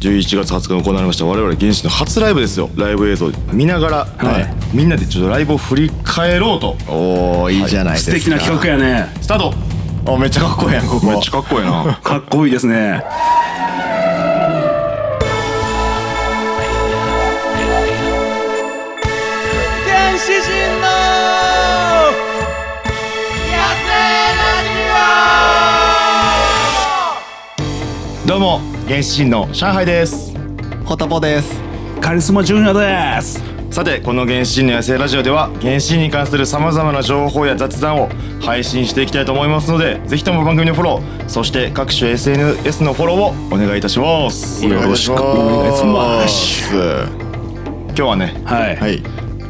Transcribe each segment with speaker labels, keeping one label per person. Speaker 1: 11月20日に行われました我々原始の初ライブですよライブ映像見ながら、
Speaker 2: はい
Speaker 1: えーみんなでちょっとライブを振り返ろうと
Speaker 3: おおいいじゃないです
Speaker 2: 素
Speaker 3: か、
Speaker 2: 敵な企画やね
Speaker 1: スタート
Speaker 3: おめっちゃかっこいいやんここ
Speaker 1: めっちゃかっこいいな
Speaker 2: かっこいいですね
Speaker 4: 原始人の
Speaker 3: どうも
Speaker 1: 原始人の上海です
Speaker 3: ホタポです
Speaker 2: カリスマジュニアです
Speaker 1: さてこの原始人の野生ラジオでは原始人に関するさまざまな情報や雑談を配信していきたいと思いますのでぜひとも番組のフォローそして各種 SNS のフォローをお願いいたします
Speaker 2: よろしくお願いします
Speaker 1: 今日はね
Speaker 2: はい
Speaker 3: はい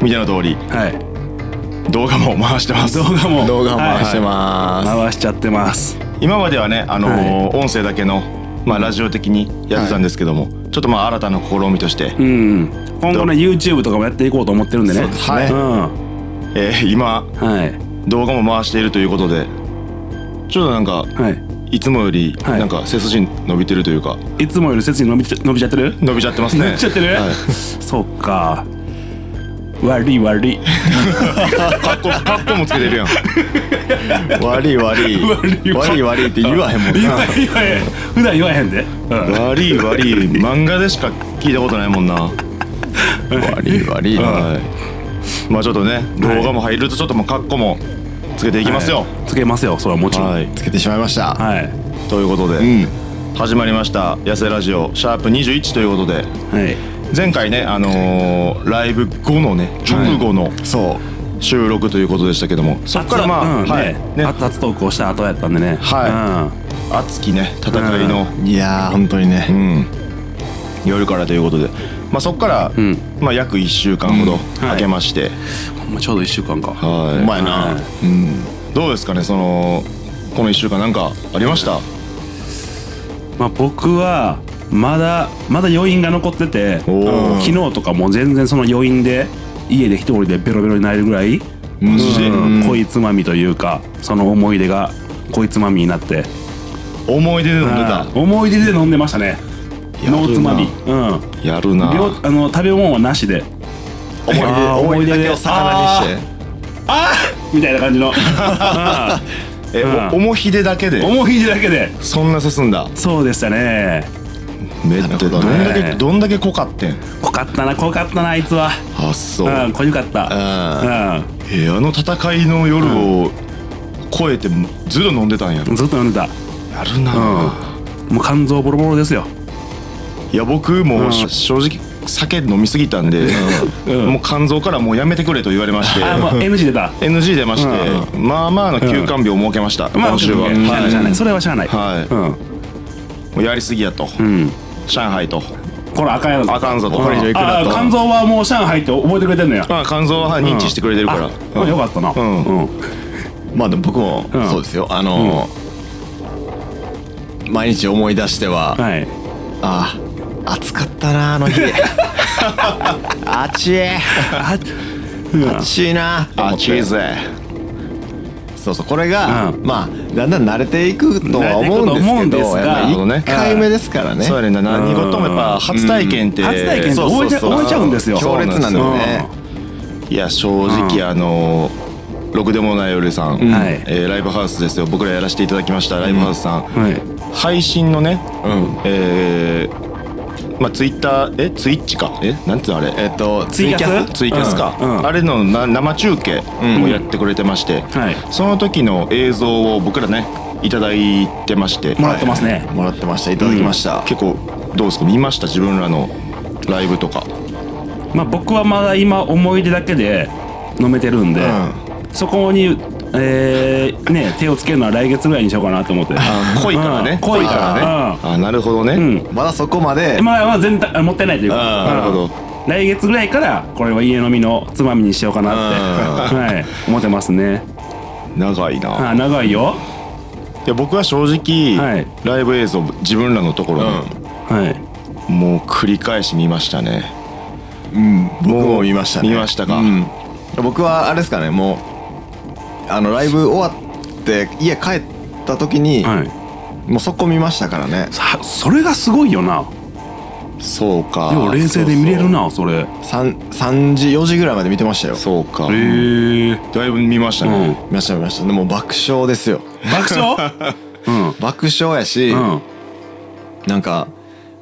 Speaker 1: 見ての通り
Speaker 2: はい
Speaker 1: 動画 も回してます
Speaker 2: 動画も
Speaker 3: 動画を回してま
Speaker 2: はい
Speaker 3: す、
Speaker 2: 回しちゃってます
Speaker 1: 今まではねあのー音声だけのまあラジオ的にやってたんですけども、ちょっとまあ新たな試みと して、
Speaker 2: うん今後ね YouTube とかもやっていこうと思ってるんでね
Speaker 3: そうですね
Speaker 2: うん
Speaker 1: えー今
Speaker 2: はい
Speaker 1: 動画も回しているということでちょっとなんか
Speaker 2: はい
Speaker 1: いつもより
Speaker 2: はい
Speaker 1: なんか背筋伸びてるというか、
Speaker 2: いつもより節に伸びちゃ伸びちゃってる
Speaker 1: 伸びちゃってますね
Speaker 2: 伸びちゃってる
Speaker 1: はい
Speaker 2: そうか悪い悪い
Speaker 1: カッコカッコもつけてる やん
Speaker 3: 悪い悪い
Speaker 2: 悪い
Speaker 3: 悪い悪いって言わへんもん
Speaker 2: 言
Speaker 3: な
Speaker 2: わへん言わへん普段言わへんで、うん
Speaker 1: 悪い悪い漫画でしか聞いたことないもんな
Speaker 3: 悪い悪いな
Speaker 1: はいまあちょっとね動画も入るとちょっともうカッコもつけていきますよ
Speaker 2: つけますよそれはもちろん
Speaker 1: は
Speaker 2: はい
Speaker 1: い、
Speaker 3: つけてしまいました、
Speaker 2: はい、
Speaker 1: ということで、
Speaker 3: うん
Speaker 1: 始まりました「痩せラジオシャープ #21」ということで前回ねあのーライブ後のね直後の
Speaker 3: そ
Speaker 1: 収録ということでしたけどもそっからまあ
Speaker 2: うん
Speaker 1: はい
Speaker 2: ね
Speaker 1: ね
Speaker 2: 熱々トークをした後やったんでね
Speaker 1: は熱きね戦いの
Speaker 3: ういやー本当にね、
Speaker 1: うん、夜からということで、まあ、そこから、
Speaker 2: ん
Speaker 1: まあ、約1週間ほど
Speaker 2: い
Speaker 1: 空けまして、
Speaker 2: うんほんまちょうど1週間か
Speaker 1: はい
Speaker 3: お前な、
Speaker 2: は
Speaker 1: どうですかねそのこの1週間なんかありました、
Speaker 2: まあ、僕はまだまだ余韻が残ってて
Speaker 1: おー
Speaker 2: 昨日とかも全然その余韻で家で一人でベロベロになれるぐらい、
Speaker 1: マジで
Speaker 2: うん濃いつまみというかその思い出が濃いつまみになって
Speaker 1: 思い出で飲んで
Speaker 2: あ
Speaker 1: た
Speaker 2: ー思い出で飲んでましたね
Speaker 1: やるな
Speaker 2: 脳つまみ、うん、
Speaker 1: やるな
Speaker 2: 料あの食べ物はなしで
Speaker 3: 思い出
Speaker 2: あー
Speaker 3: 思い出だ
Speaker 2: 思い出
Speaker 3: けを魚にして
Speaker 2: みたいな感 じのあ
Speaker 1: え、
Speaker 2: う
Speaker 1: お
Speaker 2: ん
Speaker 1: 重ひでだけ
Speaker 2: ー
Speaker 1: で
Speaker 2: 思い出だけで
Speaker 1: そんな進んだ
Speaker 2: そうでしたね
Speaker 1: めっちゃ
Speaker 3: な
Speaker 1: ど
Speaker 3: るほ
Speaker 1: ん
Speaker 3: どね
Speaker 1: だけどんだけ濃かってん
Speaker 2: 濃かったな濃かったなあいつは
Speaker 1: あそう
Speaker 2: うん濃ゆかったうん
Speaker 1: えあの戦いの夜を超えてずっと飲んでたんや
Speaker 2: ずっと飲んでた
Speaker 1: やるな、
Speaker 2: もう肝臓ボロボロですよ
Speaker 1: いや僕も
Speaker 2: ん
Speaker 1: し正直酒飲みすぎたんで、
Speaker 2: うん
Speaker 1: もう肝臓からもうやめてくれと言われまして、
Speaker 2: あもう NG 出 た
Speaker 1: NG 出まして、まあまあの休館日を設けました、
Speaker 2: まあ
Speaker 1: 今週は、
Speaker 2: しゃあないしゃあ
Speaker 1: は
Speaker 2: ないそれはしゃあない
Speaker 1: はい
Speaker 2: う
Speaker 1: い、
Speaker 2: ん
Speaker 1: もうやりすぎやと、
Speaker 2: うん
Speaker 1: 上海と
Speaker 2: これあかんやろ
Speaker 1: あかんぞと
Speaker 2: これ以上いくなとあ肝臓はもう上海って覚えてくれてんのや
Speaker 1: まあ肝臓は認知してくれてるから、
Speaker 2: あまあよかったな
Speaker 1: うん
Speaker 2: うん
Speaker 3: まあでも僕も
Speaker 2: うん
Speaker 3: そうですよ、あのー毎日思い出しては、
Speaker 2: はい
Speaker 3: ああ暑かったな あの日暑い
Speaker 2: あ
Speaker 3: 暑いなと思って
Speaker 1: あチーズ
Speaker 3: そうそうこれが、
Speaker 2: うん
Speaker 3: まあだんだん慣れていくとは思うんで
Speaker 2: 慣れて
Speaker 3: すけ
Speaker 2: いくとは
Speaker 3: ど
Speaker 2: 思うんですが
Speaker 3: やっぱり
Speaker 1: なるほどね
Speaker 3: 1回目ですからね
Speaker 1: そうやねんな何事もやっぱ初体験って、
Speaker 2: うん初体験って
Speaker 1: そうそうそう
Speaker 2: 覚えちゃうんですよ
Speaker 3: 強烈なんでね
Speaker 1: いや正直、あのろくでもない夜さん、
Speaker 2: はい
Speaker 1: えーライブハウスですよ僕らやらせていただきましたライブハウスさん、
Speaker 2: はい
Speaker 1: 配信のね、
Speaker 3: うん
Speaker 1: えーまあツイッターえツイッチかえなんつうのあれ
Speaker 3: えっと
Speaker 2: ツイキャス
Speaker 1: ツイキャスか、
Speaker 2: うんうん
Speaker 1: あれのな生中継もやってくれてまして、
Speaker 2: はい
Speaker 1: その時の映像を僕らねいただいてまして
Speaker 2: もらってますね
Speaker 3: もらってましたいただきました、
Speaker 1: 結構どうですか見ました自分らのライブとか
Speaker 2: まあ僕はまだ今思い出だけで飲めてるんでそこにえーね手をつけるのは来月ぐらいにしようかなと思って
Speaker 1: 濃いから
Speaker 2: うん
Speaker 1: ね
Speaker 2: 濃いから
Speaker 1: ねあなるほどね、
Speaker 2: うん
Speaker 3: まだそこまで、
Speaker 2: まあまあ全体あ持ってないというか
Speaker 3: あー
Speaker 2: うん
Speaker 1: なるほど
Speaker 2: 来月ぐらいからこれは家飲みのつまみにしようかなってはい思ってますね
Speaker 1: 長いな、
Speaker 2: あー長いよ
Speaker 1: いや僕は正直、
Speaker 2: はい
Speaker 1: ライブ映像自分らのところ
Speaker 3: う
Speaker 1: の、
Speaker 2: はい
Speaker 1: もう繰り返し見ましたね
Speaker 3: うん、僕も見ましたね
Speaker 1: 見ましたか
Speaker 3: うん僕はあれですかねもうあのライブ終わって家帰った時に、
Speaker 2: はい
Speaker 3: もうそこ見ましたからね
Speaker 2: さそれがすごいよな
Speaker 1: そうか
Speaker 2: でも冷静で見れるなそれへ
Speaker 3: 三三時4時ぐらいまで見てましたよ
Speaker 1: そうそうそうか、
Speaker 2: え
Speaker 1: だいぶ見ました
Speaker 2: う
Speaker 1: ね
Speaker 2: ん、
Speaker 3: 見ました見ましたでも爆笑ですよ
Speaker 2: 爆笑うん
Speaker 3: 爆笑やし、
Speaker 2: うん
Speaker 3: なんか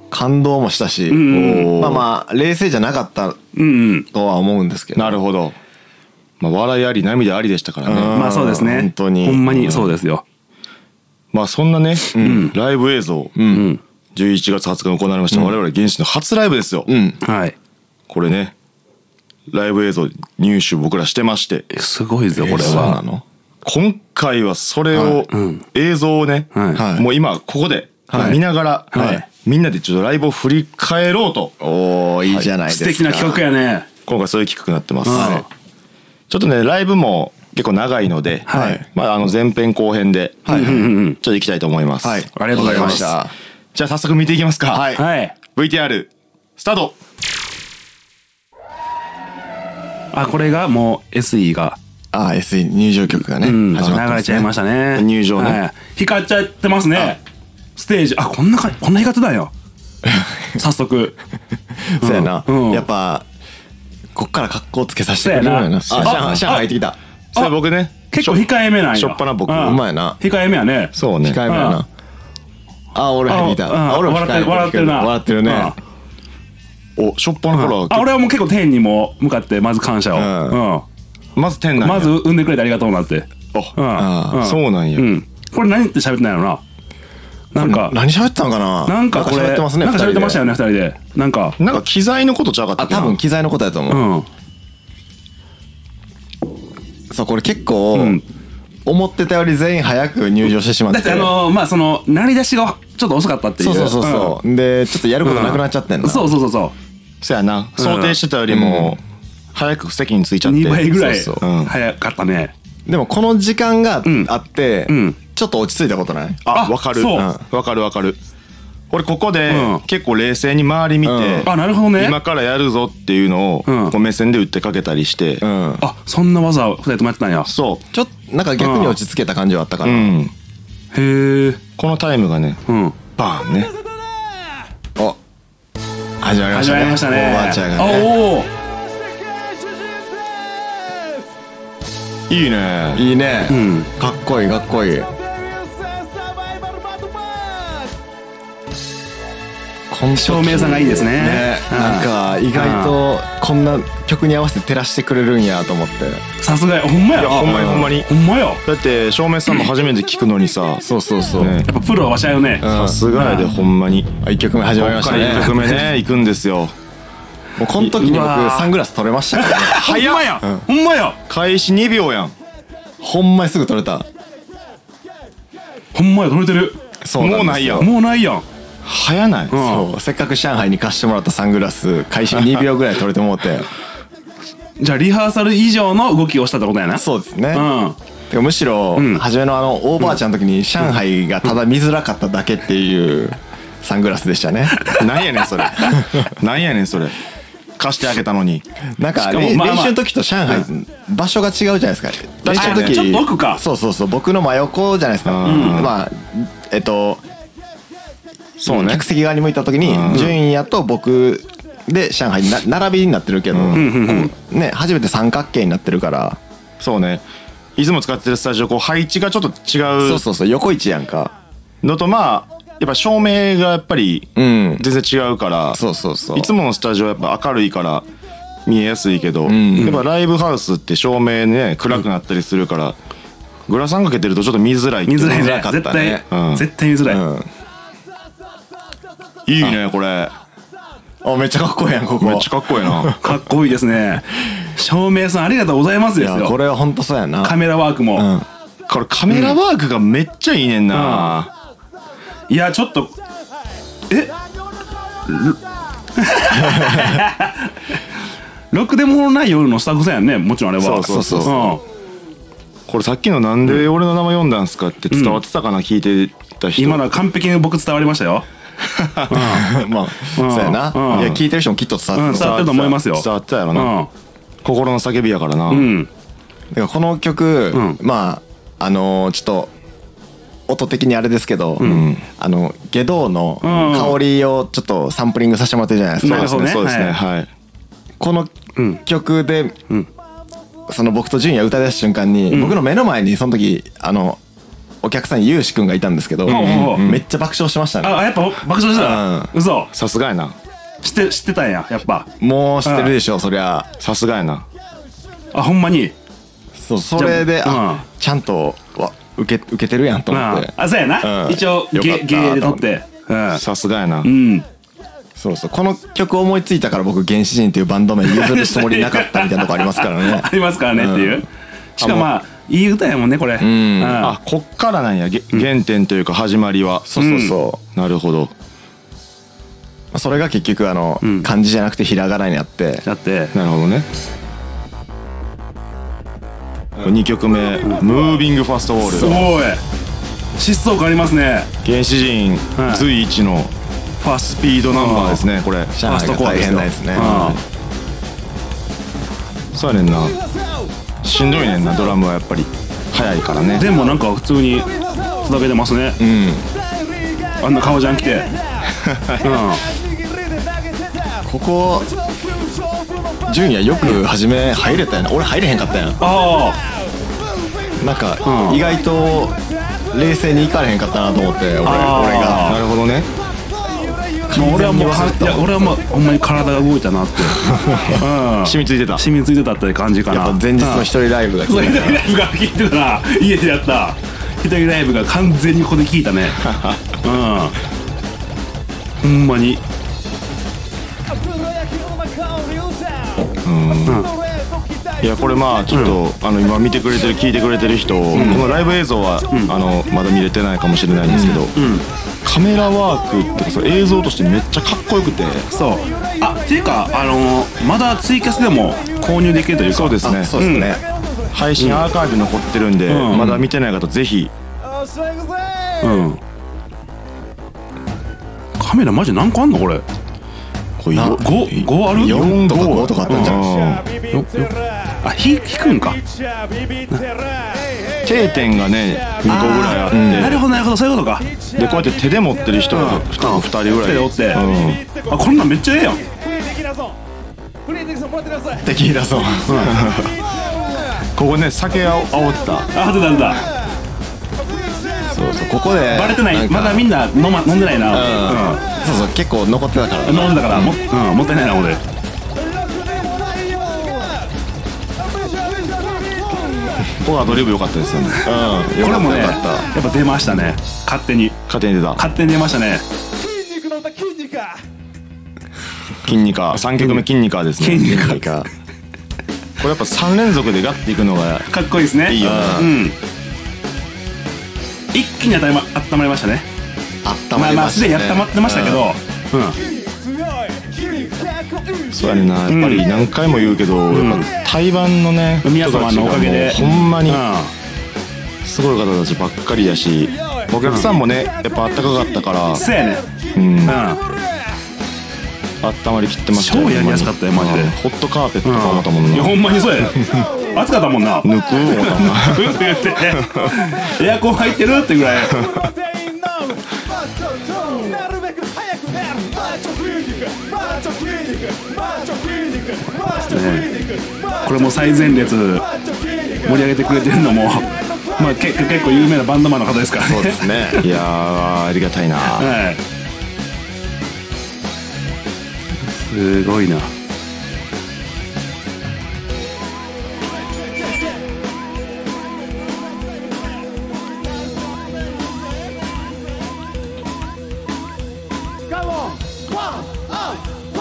Speaker 3: 感動もした
Speaker 2: ん
Speaker 3: し、おーまあまあ冷静じゃなかった
Speaker 2: うんうん
Speaker 3: とは思うんですけど
Speaker 1: なるほど、まあ、笑いあり涙ありでしたからね、
Speaker 3: うん
Speaker 2: まあそうですね
Speaker 3: 本当に
Speaker 2: ほんまにそうですよ
Speaker 1: まあそんなね、ライブ映像、
Speaker 2: うん
Speaker 1: 11月20日に行われました、我々現地の初ライブですよ、
Speaker 3: うん
Speaker 2: はい
Speaker 1: これねライブ映像入手僕らしてまして
Speaker 2: すごいぞこれ
Speaker 3: そうな
Speaker 2: は
Speaker 3: の
Speaker 1: 今回はそれを、
Speaker 2: うん
Speaker 1: 映像をね、
Speaker 2: はい
Speaker 3: はい
Speaker 1: もう今ここで、
Speaker 3: はい
Speaker 1: 見ながら、
Speaker 2: はい
Speaker 1: みんなでちょっとライブを振り返ろうと
Speaker 3: おーいいじゃないです
Speaker 2: 素
Speaker 3: か、
Speaker 2: 敵な企画やね
Speaker 1: 今回そういう企画になってます、
Speaker 2: はい
Speaker 1: ちょっとねライブも結構長いので、
Speaker 2: はい
Speaker 1: まあ、あの前編後編で、
Speaker 2: うんうんうん
Speaker 1: ちょっと行きたいと思います、
Speaker 3: はい
Speaker 2: ありがとうございます
Speaker 3: わかり
Speaker 1: じゃあ早速見ていきますか、
Speaker 3: はい
Speaker 2: はい。
Speaker 1: VTR スタート
Speaker 2: あ、これがもう SE が、
Speaker 3: ああ SE 入場曲がね、
Speaker 2: うん、
Speaker 3: 始まって
Speaker 2: 流れちゃいましたね。
Speaker 1: 入場ね
Speaker 2: はい。光っちゃってますね。ステージ、あ、こんなか、こんな言い方だ よ。早速。
Speaker 3: たそうやな、
Speaker 2: うん
Speaker 3: やっぱこっから格好つけさせてくれるよなあシ
Speaker 2: そう
Speaker 3: ャ
Speaker 2: や
Speaker 3: ン
Speaker 2: なあ
Speaker 3: シャン入ってきた
Speaker 1: それ僕ね
Speaker 2: 結構控えめなんや。
Speaker 1: しょっぱな僕
Speaker 2: ん
Speaker 1: う
Speaker 3: まいな
Speaker 2: 控えめやね。
Speaker 1: そうね
Speaker 3: 控えめやなあ俺入ってきた
Speaker 2: あ
Speaker 3: あ俺も
Speaker 2: 笑ってる、笑ってるな。
Speaker 3: 笑ってるね
Speaker 1: おしょっぱな頃
Speaker 2: あ、
Speaker 1: は
Speaker 2: 俺はもう結構天にも向かって、まず感謝を。
Speaker 3: うん
Speaker 2: う
Speaker 1: まず店内
Speaker 2: ん。まず産んでくれてありがとうなって。う
Speaker 1: あ
Speaker 2: ん。うん
Speaker 1: そうなんや
Speaker 2: うん。これ何って喋ってないのな。なんか、
Speaker 3: 何喋ってたのかな
Speaker 2: な
Speaker 3: なん
Speaker 2: かこれ、
Speaker 3: 喋ってますね
Speaker 2: なんか喋ってましたよ
Speaker 3: ね
Speaker 2: ね、二人で。なんか、
Speaker 1: なんか機材のことじゃなか
Speaker 3: あ
Speaker 1: ったっけな
Speaker 3: 多分機材のことやと
Speaker 2: う。
Speaker 3: 思うんそうこれ結構
Speaker 2: ん
Speaker 3: 思ってたより全員早く入場してしまっ
Speaker 2: だ
Speaker 3: て
Speaker 2: ってあのーまあその鳴り出しがちょっと遅かったっていう
Speaker 3: そうそうそうそうでちょっとやることなくなっちゃってん
Speaker 2: うん
Speaker 3: な
Speaker 2: そうそうそうそ
Speaker 1: そうやな想定してたよりも早く席に着いちゃ
Speaker 2: う
Speaker 1: って
Speaker 2: 2倍ぐらい
Speaker 1: そうそううん
Speaker 2: 早かったね
Speaker 3: でもこの時間が
Speaker 2: ん
Speaker 3: あって
Speaker 2: うん
Speaker 3: ちょっと落ち着いたことない
Speaker 1: あ
Speaker 2: あ
Speaker 1: わかる
Speaker 2: そううん
Speaker 1: わかるわかる俺ここで
Speaker 2: うん
Speaker 1: 結構冷静に周り見て
Speaker 3: う
Speaker 2: あなるほどね
Speaker 1: 今からやるぞっていうのを
Speaker 2: うん
Speaker 1: こう目線で打ってかけたりして
Speaker 3: うん
Speaker 2: あそんな技を2人ともやってたんや
Speaker 1: そ
Speaker 3: ちょっとなんか逆に落ち着けた感じはあったか
Speaker 1: うう
Speaker 3: ら
Speaker 1: ん
Speaker 2: へえ
Speaker 1: このタイムがね
Speaker 2: うん
Speaker 1: バーンね
Speaker 3: お始まりま
Speaker 2: 始
Speaker 3: した
Speaker 2: ま
Speaker 3: ね
Speaker 2: りましたね
Speaker 3: おばあちゃんが
Speaker 2: あ
Speaker 3: ね
Speaker 2: おお
Speaker 1: いいね
Speaker 3: いいね
Speaker 2: うん
Speaker 3: かっこいいかっこいい
Speaker 2: 照明さんがいいですね
Speaker 3: ね
Speaker 2: うん
Speaker 3: なんか意外とこんな曲に合わせて照らしてくれるんやと思って
Speaker 2: さすがやほんまや
Speaker 1: いやほんまに
Speaker 2: うん
Speaker 1: ほんまに
Speaker 2: ほんまやや
Speaker 1: だって照明さんも初めて聞くのにさ
Speaker 3: そうそうそう
Speaker 1: ね
Speaker 2: っぱプロはわしゃよね
Speaker 3: ん
Speaker 1: さすがやでほんまに
Speaker 3: 1曲目始まりま
Speaker 1: 今
Speaker 3: した
Speaker 1: 回1曲
Speaker 3: ね
Speaker 1: 目ね行くんですよ
Speaker 3: もうこの時に
Speaker 2: う
Speaker 3: 僕
Speaker 2: わー
Speaker 3: サングラス取れまし たからね
Speaker 2: ほんまやほんまや
Speaker 1: 開始2秒やん
Speaker 3: ほんまにすぐ取れた
Speaker 2: ほんまや取れてる
Speaker 3: そう
Speaker 1: もう
Speaker 3: なん
Speaker 1: な
Speaker 3: で
Speaker 1: い
Speaker 3: す
Speaker 1: や
Speaker 3: よ
Speaker 1: ん
Speaker 2: もうないやん
Speaker 1: 早ない
Speaker 2: ん
Speaker 3: そうせっかく上海に貸してもらったサングラス開始2秒ぐらい取れても うて
Speaker 2: じゃあリハーサル以上の動きをしたってことやな
Speaker 3: そうですね
Speaker 2: うん
Speaker 3: てかむしろ
Speaker 2: ん
Speaker 3: 初めのあのおばあちゃんの時に上海がただ見づらかっただけっていうサングラスでし たね
Speaker 1: なんやねんそれなんやねんそれ貸してあげたのに
Speaker 3: なんか
Speaker 2: しかも
Speaker 3: れん
Speaker 2: まあまあ
Speaker 3: 練習の時と上海場所が違うじゃないですか練習の
Speaker 2: あちょっと奥か
Speaker 3: そうそうそう僕の真横じゃないですか
Speaker 1: ん
Speaker 3: まあえっと
Speaker 1: そうね
Speaker 3: 客席側に向いた時に
Speaker 1: うん
Speaker 3: 純也と僕で上海にな並びになってるけどこうね初めて三角形になってるから
Speaker 1: そうねいつも使ってるスタジオこう配置がちょっと違
Speaker 3: そううそうそう横一やんか
Speaker 1: のとまあやっぱ照明がやっぱり
Speaker 3: うん
Speaker 1: 全然違うから
Speaker 3: そうそうそう
Speaker 1: いつものスタジオはやっぱ明るいから見えやすいけど、
Speaker 3: ん
Speaker 1: やっぱライブハウスって照明ね暗くなったりするから、グラサンかけてるとちょっと見づらいって
Speaker 2: 見
Speaker 1: いう
Speaker 2: づ
Speaker 1: の
Speaker 2: らいね
Speaker 3: かった
Speaker 2: 絶対
Speaker 3: ね
Speaker 1: うん
Speaker 2: 絶対見づらい
Speaker 3: うん
Speaker 1: いいねこれ
Speaker 3: あめっちゃかっこいいやんここ
Speaker 1: めっちゃかっこいいな
Speaker 2: かっこいいですね。照明さんありがとうございます
Speaker 3: い
Speaker 2: です
Speaker 3: やこ
Speaker 2: よ。
Speaker 3: れは本当そうやな
Speaker 2: カメラワークも。
Speaker 3: うん
Speaker 1: これカメラワークがめっちゃいいねんな、
Speaker 2: いや、ちょっと、え ろくでもない夜のスタッフさんやんね、もちろんあれは。
Speaker 1: そうそうそう
Speaker 2: そ
Speaker 1: これさっきの「なんで俺の名前読んだんすか?」って伝わってたかな、聞いてた
Speaker 2: うん。
Speaker 1: 人
Speaker 2: 今のは完璧に僕伝わりましたよ。
Speaker 3: まあそうやな
Speaker 2: うん
Speaker 3: いや聞いてる人もきっと伝
Speaker 2: う
Speaker 3: わ
Speaker 2: ん、
Speaker 3: って
Speaker 2: 伝
Speaker 3: た
Speaker 2: わってると思いますよ。
Speaker 1: 伝わってたやろ
Speaker 2: う
Speaker 1: な、
Speaker 2: ん。
Speaker 1: 心の叫びやからな、
Speaker 2: うん。
Speaker 3: だからこの曲
Speaker 2: ん
Speaker 3: まああのーちょっと音的にあれですけど、あの下道の
Speaker 2: ん
Speaker 3: 香りをちょっとサンプリングさせてもらってるじゃないです
Speaker 2: な
Speaker 3: か
Speaker 2: るほどね
Speaker 1: そうですね
Speaker 2: はい
Speaker 1: はい
Speaker 3: この
Speaker 2: ん
Speaker 3: 曲で、その僕と純也歌い出した瞬間に、僕の目の前にその時あのお客さんにゆうし君がいたんですけど、
Speaker 2: んうん
Speaker 3: めっちゃ爆笑しましたね、
Speaker 2: あやっぱ爆笑した嘘
Speaker 1: さすがやな
Speaker 2: 知って知ってたんややっぱ
Speaker 3: もう知ってるでしょ、そりゃ
Speaker 1: さすがやな
Speaker 2: あほんまに
Speaker 3: そうそれで
Speaker 2: じゃあ
Speaker 3: あ、ちゃんとわ受け受けてるやんと思って
Speaker 2: ああそうやな、
Speaker 3: うん
Speaker 2: 一応
Speaker 3: よかっ
Speaker 2: 芸
Speaker 3: た
Speaker 2: 芸で撮って うん
Speaker 1: さすがやな
Speaker 2: うん
Speaker 3: そうそうこの曲思いついたから僕原始人っていうバンド名譲るつもりなかったみたいなとこありますからね
Speaker 2: ありますからねっていう、しかもまあいい歌やもんねこれ、うん
Speaker 1: あこっからなんやげ原点というか始まりは
Speaker 3: そうそうそ
Speaker 1: なるほど
Speaker 3: うそれが結局あの、
Speaker 2: ん
Speaker 3: 漢字じゃなくてひらがなになって
Speaker 2: だって
Speaker 1: なるほどね2曲目「ムービングファストウォ
Speaker 2: す
Speaker 1: ール
Speaker 2: ごい疾走感ありますね」
Speaker 1: 原始人
Speaker 2: はい
Speaker 1: 随一の
Speaker 2: ファス
Speaker 1: スピードナンバーですねこれ
Speaker 3: 上海が大変なんですね
Speaker 2: あ
Speaker 1: そうやねんなしんどいねんなドラムはやっぱり速いからね
Speaker 2: でもなんか普通に届けてますね、
Speaker 3: うん
Speaker 2: あんな顔じゃん来て
Speaker 3: ここ純也よく初め入れたやん俺入れへんかったやん
Speaker 2: あ
Speaker 3: なんか、
Speaker 2: うん
Speaker 3: 意外と冷静にいかれへんかったなと思って俺俺
Speaker 2: あー
Speaker 3: が
Speaker 1: なるほどね
Speaker 2: あもう俺はもう
Speaker 3: 完全に忘れてた
Speaker 2: いや俺はもうほんまに体が動いた なって、うん、
Speaker 1: 染みついてた
Speaker 2: 染みついてたって感じか
Speaker 3: や
Speaker 2: な
Speaker 3: っぱ前日の一人ライブが来
Speaker 2: そう、
Speaker 3: て
Speaker 2: 一人ライブが聞いてたら、家でやった。一人ライブが完全にここで聞いたね。うん。ほんまに。
Speaker 1: いやこれまあちょっと、あの今見てくれてる聞いてくれてる人、このライブ映像は、あのまだ見れてないかもしれないんですけど、カメラワークってかその映像としてめっちゃかっこよくて
Speaker 2: そう。あ、っていうか、あのーまだツイキャスでも購入できるというか。
Speaker 1: そうですね
Speaker 3: そうですね、
Speaker 1: 配信アーカイブ残ってるんで、
Speaker 2: うん
Speaker 1: まだ見てない方ぜひ
Speaker 2: うん。カメラマジ何個あんのこれ。
Speaker 1: こういう
Speaker 3: な
Speaker 2: 五五ある？
Speaker 3: 4とか5とかあったんじゃ
Speaker 1: う
Speaker 3: ない、
Speaker 1: ん
Speaker 2: あ、ひ引くんか。
Speaker 1: 定点がね2個ぐらいあって、
Speaker 2: なるほどなるほどそういうことか。
Speaker 1: でこうやって手で持ってる人が 2, 人ぐらい
Speaker 2: 手で折って
Speaker 1: うん
Speaker 2: あ、こんなんめっちゃええやん。
Speaker 3: テキーラソン
Speaker 1: ここね酒あお煽ってた
Speaker 2: あ、出た出た。
Speaker 3: そうそうここで
Speaker 2: バレてない。
Speaker 3: んか
Speaker 2: まだみんな飲ま飲んでないな。うん。
Speaker 3: そうそう結構残ってたから
Speaker 2: 飲んだからも,、うん、もったいないな俺
Speaker 1: ここアドリブ良かったですよね
Speaker 3: うん
Speaker 2: これもね
Speaker 3: よ
Speaker 2: や
Speaker 3: かったよか
Speaker 2: っ
Speaker 3: っ
Speaker 2: ぱ出ましたね勝手に
Speaker 1: 勝手に出た
Speaker 2: 勝手に出ましたね
Speaker 1: 筋肉3曲目筋肉ですね
Speaker 2: 筋肉
Speaker 1: これやっぱ3連続でガッていくのが
Speaker 2: かっこいいですね
Speaker 1: いいよね
Speaker 2: うん一気にあたま温まりましたね
Speaker 3: たあったまり
Speaker 2: ああ
Speaker 3: まし
Speaker 2: す
Speaker 3: た
Speaker 2: で
Speaker 3: ね
Speaker 2: に温まってましたけど、うん
Speaker 1: そうやねんなやっぱり何回も言うけど、やっぱ台湾のね
Speaker 2: 皆様のおかげで
Speaker 1: 人たちがもうほんまに
Speaker 2: う
Speaker 1: すごい方たちばっかりやしお客さんもねやっぱあったかかったから
Speaker 2: んそうやね
Speaker 1: うん
Speaker 2: うん
Speaker 1: あ ったまりきってました
Speaker 2: 超やりやすかったよマジで
Speaker 1: うんホットカーペットとか思ったもん
Speaker 2: いや
Speaker 1: な
Speaker 2: ほんまにそうやね暑かったもんな
Speaker 1: 抜く思ったもんな
Speaker 2: 言ってエアコン入ってるってぐらいこれも最前列盛り上げてくれてるのもまあ結構結構有名なバンドマンの方ですからね
Speaker 3: そうですね
Speaker 1: いやーありがたいな
Speaker 2: はいすごいな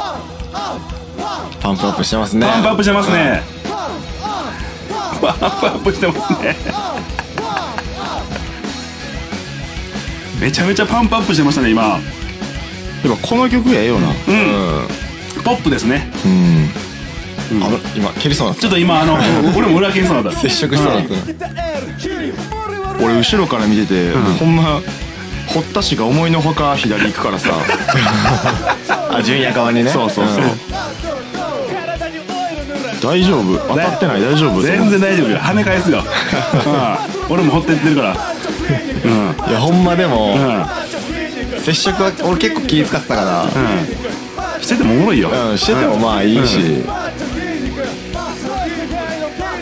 Speaker 3: パンプアップしてますね
Speaker 2: パンプアップしてますねパンプアップしてますねめちゃめちゃパンプアップしてましたね今
Speaker 1: やっぱこの曲ええよな
Speaker 2: ポップですね
Speaker 3: あの今蹴りそうになっ
Speaker 2: ちょっと今あの俺も裏剣そうだった
Speaker 3: た接触しそうになった
Speaker 1: 俺後ろから見てて、ほんま堀田氏が思いのほか左行くからさ
Speaker 3: あ純也側にね
Speaker 1: そうそうそう、
Speaker 3: ん
Speaker 1: 大丈夫当たってない大丈夫
Speaker 2: 全然大丈夫よ跳ね返すよ、うん俺もほってってるからう
Speaker 3: いやほんまでも、
Speaker 2: んうん
Speaker 3: 接触は俺結構気使ってたか
Speaker 2: しててもおもろいよ、
Speaker 3: ら、うん、しててもまあいいし、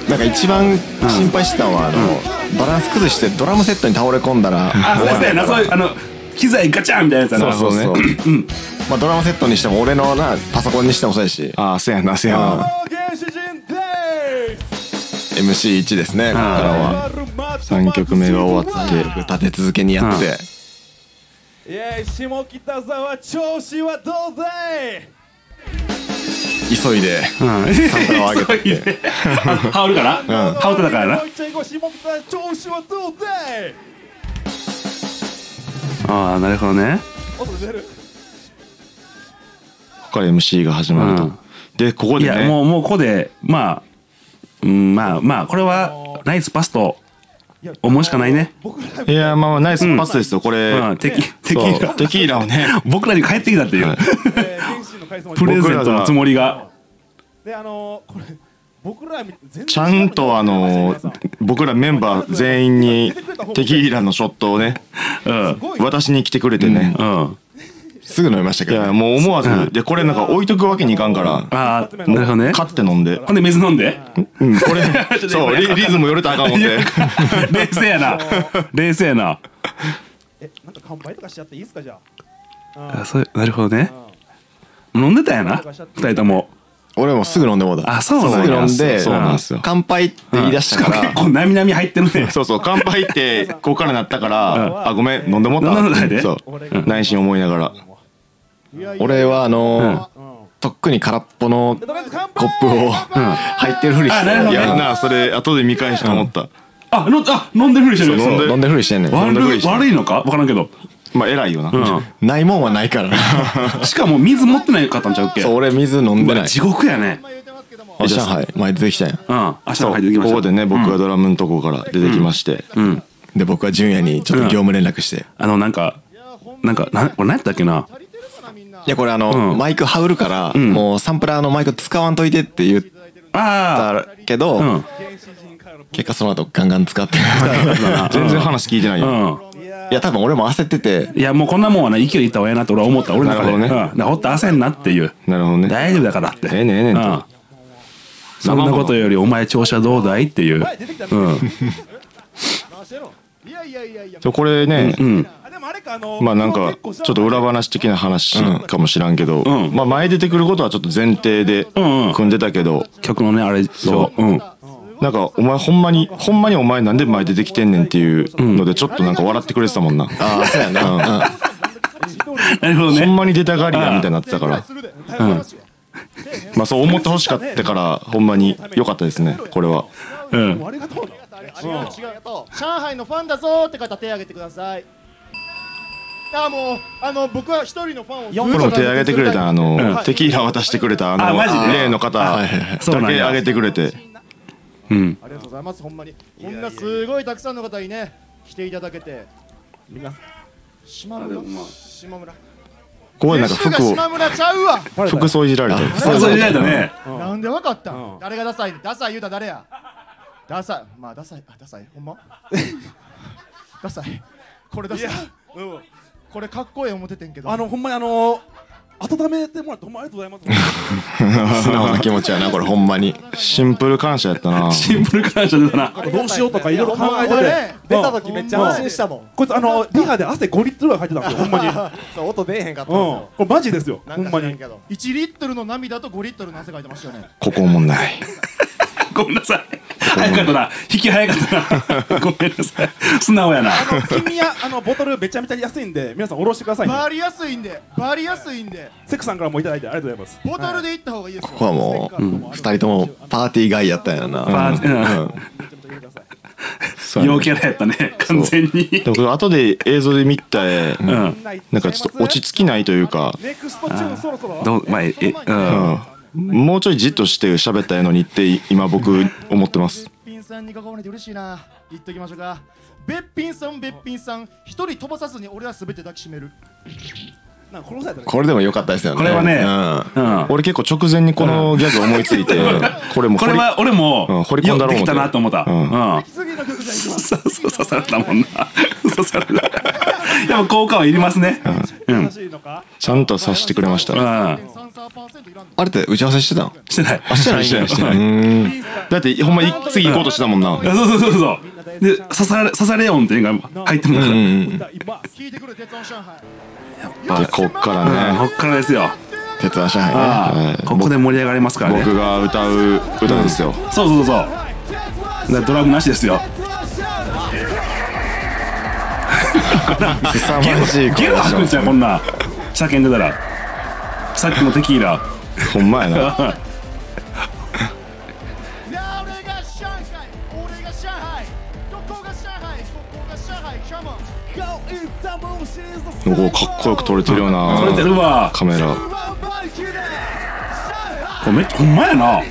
Speaker 3: なんか一番心配してたのはあの、バランス崩してドラムセットに倒れ込んだら
Speaker 2: あそうやなそういうあの機材ガチャンみたいなやつや
Speaker 3: そ
Speaker 2: な
Speaker 3: うそうそう、まあ、ドラムセットにしても俺のなパソコンにしてもそうやし
Speaker 1: ああせやなせやな
Speaker 4: 原始人で
Speaker 3: MC1 ですねここからは
Speaker 4: す
Speaker 1: 3曲目が終わっ
Speaker 3: で立て続けにやって、
Speaker 2: うん
Speaker 4: イェイ下北沢調子はどうだい
Speaker 3: 急いでサンプラを上げてって
Speaker 2: あ 羽織るから、
Speaker 3: ん
Speaker 2: 羽織ってたからな
Speaker 4: もう一回行こう下北沢調子はどうだい
Speaker 2: ああなるほどね
Speaker 4: 音出る
Speaker 1: ここから MC が始まると、
Speaker 2: うん
Speaker 1: でここ
Speaker 2: い
Speaker 1: で
Speaker 2: や、
Speaker 1: ね
Speaker 2: もうもうここでまあ、うん、まあまあこれはナイスパスと思うしかないね、
Speaker 4: 僕ら
Speaker 1: いやまあまあナイスパスですよ、これ、
Speaker 2: うん、敵敵
Speaker 1: そう
Speaker 2: が
Speaker 1: テキーラをね
Speaker 2: 僕らに帰ってきたっていう、
Speaker 4: えー原始人の解散も
Speaker 2: プレゼントのつもりが
Speaker 4: であのーこれ僕らみ全然
Speaker 1: ちゃんとあの
Speaker 4: 皆さん
Speaker 1: 僕らメンバー全員にテキーラのショットをね
Speaker 2: うん
Speaker 4: すごい
Speaker 1: 渡しに来てくれてね、
Speaker 2: うん
Speaker 3: すぐ飲みましたけ
Speaker 1: い
Speaker 3: ど
Speaker 1: や
Speaker 3: ね
Speaker 1: もう思わず、
Speaker 2: うん
Speaker 1: でこれなんか置いとくわけにいかんから
Speaker 2: ああな
Speaker 1: もう
Speaker 2: るほどね
Speaker 1: 買って飲んで、
Speaker 2: ほんで水飲んで
Speaker 1: うん、これそうリリズムよれたらあかん思って
Speaker 2: 冷静やな冷静やな
Speaker 4: えなんか乾杯とかしちゃっていいですかじゃ
Speaker 2: あそうなるほどね飲んでたんやな二人とも
Speaker 3: 俺もすぐ飲んでもうた
Speaker 2: あそうなんや
Speaker 3: すぐ飲んで
Speaker 1: そうなんですよ
Speaker 3: 乾杯って言い出したから、
Speaker 2: しも結構なみなみ入ってるね
Speaker 1: そうそう乾杯ってここからなったから、
Speaker 4: うん
Speaker 1: あごめん飲んでもっ
Speaker 2: 飲ん
Speaker 1: た
Speaker 2: でもうたで
Speaker 1: そう
Speaker 4: うん
Speaker 1: 内心思いながら
Speaker 4: あいやいや
Speaker 3: 俺はあのー
Speaker 4: うん
Speaker 3: とっくに空っぽの
Speaker 4: とりあえず乾
Speaker 3: コ
Speaker 4: 杯
Speaker 3: ップを入ってるふりして
Speaker 2: あなるほ
Speaker 1: い
Speaker 2: どね
Speaker 1: やなそれ後で見返して思った、
Speaker 2: あ飲んあ飲んでるふりしてる
Speaker 1: そう飲んで
Speaker 3: 飲んでるふりしてんねん
Speaker 1: 飲んでるふり
Speaker 2: 悪
Speaker 1: し
Speaker 2: い
Speaker 1: てる
Speaker 2: 悪いのか分からんけど
Speaker 1: まあ偉いよな、
Speaker 2: う
Speaker 3: ないもんはな いからな
Speaker 2: んしかも水持ってないかったんちゃうっけ
Speaker 3: そう俺水飲んで
Speaker 2: う
Speaker 3: な
Speaker 2: わ
Speaker 3: い
Speaker 2: 地獄やね
Speaker 4: 今言うてますけども
Speaker 3: あ上海前出てきたんや
Speaker 2: うん明日
Speaker 1: そう
Speaker 2: 入ってきま
Speaker 1: こ
Speaker 2: した
Speaker 1: こでね僕がドラムのとこから出てきまして、
Speaker 2: うん
Speaker 3: で僕は純也にちょっと業務連絡して、
Speaker 2: あのなんかなんかなこれ何やったっけない
Speaker 4: てるかなみんない
Speaker 3: やこれあの、
Speaker 2: うん
Speaker 3: マイク羽織るから、
Speaker 2: ん
Speaker 3: もうサンプラーのマイク使わんといてって言っ
Speaker 2: あ
Speaker 3: たけ
Speaker 2: あ
Speaker 3: ど、
Speaker 2: うん
Speaker 4: 原始人からの
Speaker 3: 結果その後ガンガン 使って
Speaker 1: 全然話聞いてないよ、
Speaker 2: うん
Speaker 4: いや
Speaker 3: いや多分俺も焦ってて
Speaker 2: いやもうこんなもんはね勢いいった方がええなと俺は思った俺の中で
Speaker 1: なるほどね
Speaker 2: うんだからほっと焦んなっていう
Speaker 1: なるほどね
Speaker 2: 大丈夫だからって
Speaker 1: ええねんええねんと
Speaker 2: うんそんなことよりお前調子はどうだいっていう
Speaker 4: はい出てきた
Speaker 2: うん
Speaker 4: 何してんのいやいやいやいや
Speaker 1: そうこれね、
Speaker 2: うん
Speaker 4: あでもあれかあの
Speaker 1: まあなんかちょっと裏話的な話かもしらんけど、
Speaker 2: うん
Speaker 1: まあ前出てくることはちょっと前提で
Speaker 2: うんうん
Speaker 1: 組んでたけど、
Speaker 2: 曲のねあれ
Speaker 1: そう
Speaker 2: うん
Speaker 1: なんかお前ほんまにほんまにお前なんで前出てきてんねんっていうのでちょっとなんか笑ってくれてたもんな、
Speaker 3: ああそうやな、うん
Speaker 2: なるほ
Speaker 1: ほ
Speaker 2: どね
Speaker 1: んまに出たがりやみたいになってたから
Speaker 4: するで頼みますよ
Speaker 1: まあそう思ってほしかったからほんまに良かったですねこれは
Speaker 2: うん
Speaker 4: ありがとうな
Speaker 5: あれ違う違うと上海のファンだぞーって方手挙げてくださいあもうあの僕は一人のファンを
Speaker 1: これも手挙げてくれたあの、テキーラ渡してくれたあ
Speaker 2: あマジ
Speaker 1: の
Speaker 2: で
Speaker 1: 例の方だけ
Speaker 2: そうなんや
Speaker 1: 挙げてくれて
Speaker 2: うん
Speaker 5: ありがとうございますほんまにこんなすごいたくさんの方にね来ていただけてみんな島村島村
Speaker 1: ここでなんか
Speaker 5: 飯が
Speaker 1: 服を
Speaker 5: 島村ちゃうわ
Speaker 1: 服装いじられた
Speaker 2: そうそう言われたね
Speaker 5: なんでわかったん誰がダサいダサい言うたら誰やダサいまあダサいあダサいほ んまダサいこれダサいこれかっこええ思っててんけど
Speaker 4: あのほんまにあの温めてもらってほんまありがとうございます
Speaker 3: 素直な気持ちやなこれほんまに
Speaker 1: シンプル感謝やったな
Speaker 2: シンプル感謝出たな
Speaker 4: どうしようとかいろいろ考えて
Speaker 5: 俺
Speaker 4: て
Speaker 5: ね
Speaker 4: 出
Speaker 6: た時めっちゃ安心したもん
Speaker 4: こいつあのリハで汗5リットルぐらい入ってたんですよほんまにうん
Speaker 6: そう音出えへんかったんです
Speaker 4: これマジですよ
Speaker 5: な
Speaker 4: ほ
Speaker 5: ん
Speaker 4: ん
Speaker 5: か
Speaker 4: ま
Speaker 5: 知ら
Speaker 4: に
Speaker 5: んけど1リットルの涙と5リットルの汗かいてましたよね
Speaker 1: ここおもんない
Speaker 2: ごめんなさい早かったな引き早かったなごめんなさい素直やな
Speaker 4: あの君やあのボトルめちゃめちゃ安いんで皆さんおろしてくださいね
Speaker 5: バリやすいんでバリやすいんで
Speaker 4: セクさんからもいただいてありがとうございます
Speaker 5: ボトルでいった方がいいですよ
Speaker 3: ここはもう、二人ともパーティー外やったんやな、
Speaker 2: パーティー
Speaker 3: うん
Speaker 1: そうや
Speaker 2: 陽
Speaker 1: ね
Speaker 2: キャラやったね完全に
Speaker 1: でもこれ後で映像で見た絵
Speaker 2: う
Speaker 1: なんんかちょっと落ち着きないというか、
Speaker 4: ネクストチューンそろそろ
Speaker 2: どうまあえうん
Speaker 1: うん、もうちょいじっとして喋った絵のにって今僕思ってます
Speaker 5: べっぴんさんに囲まれて嬉しいな言っときましょうかべっぴんさんべっぴんさん一人飛ばさずに俺は全て抱きしめる
Speaker 4: なんか殺されたね
Speaker 3: これでも良かったですよね
Speaker 2: これはね
Speaker 3: うん
Speaker 2: うん
Speaker 1: 俺結構直前にこのギャグ思いついて これもう
Speaker 2: こ
Speaker 1: 掘
Speaker 2: れ
Speaker 1: り
Speaker 2: は俺も
Speaker 1: うん掘り込ん
Speaker 2: よ
Speaker 1: だ
Speaker 2: く
Speaker 1: ろう思っ
Speaker 2: でき
Speaker 1: て
Speaker 2: たなと思った
Speaker 1: うん
Speaker 2: うん
Speaker 4: 次の曲じゃあ行きます
Speaker 2: そうそう刺されたもんな とされるやっぱ効果はいりますねうん
Speaker 4: しいのか
Speaker 1: ちゃんと察してくれましただ
Speaker 2: あ
Speaker 5: 3.33%いらんの
Speaker 3: あれって打ち合わせしてたの
Speaker 2: あしてない
Speaker 3: あしてないんだ
Speaker 1: してないしてないう
Speaker 3: ーん
Speaker 1: ってほんまい次行こうとしてたもんな
Speaker 2: そうそうそうそうで刺され刺され音っていうのが入ってますから、うん
Speaker 4: 歌います
Speaker 5: 聞いてくれ鉄腕上海
Speaker 1: でこっからね
Speaker 2: こっからですよ
Speaker 1: 鉄腕上
Speaker 2: あ
Speaker 1: 海ね
Speaker 2: あここで盛り上がりますからね
Speaker 1: 僕が歌う歌ですよ
Speaker 2: そうそうそうそうだからドラムなしですよ
Speaker 3: 凄
Speaker 2: ゲロ
Speaker 3: まじい
Speaker 2: ゲロ吐くんちゃうこんな叫んでたらさっきのテキーラ
Speaker 1: ほんまやな
Speaker 5: や俺が上海俺が上海どこが上海ここが上海カモン
Speaker 1: おおかっこよく撮れてるよ
Speaker 2: 撮れて
Speaker 1: な
Speaker 2: るわ
Speaker 1: カメラ
Speaker 2: これめっちゃほんまや な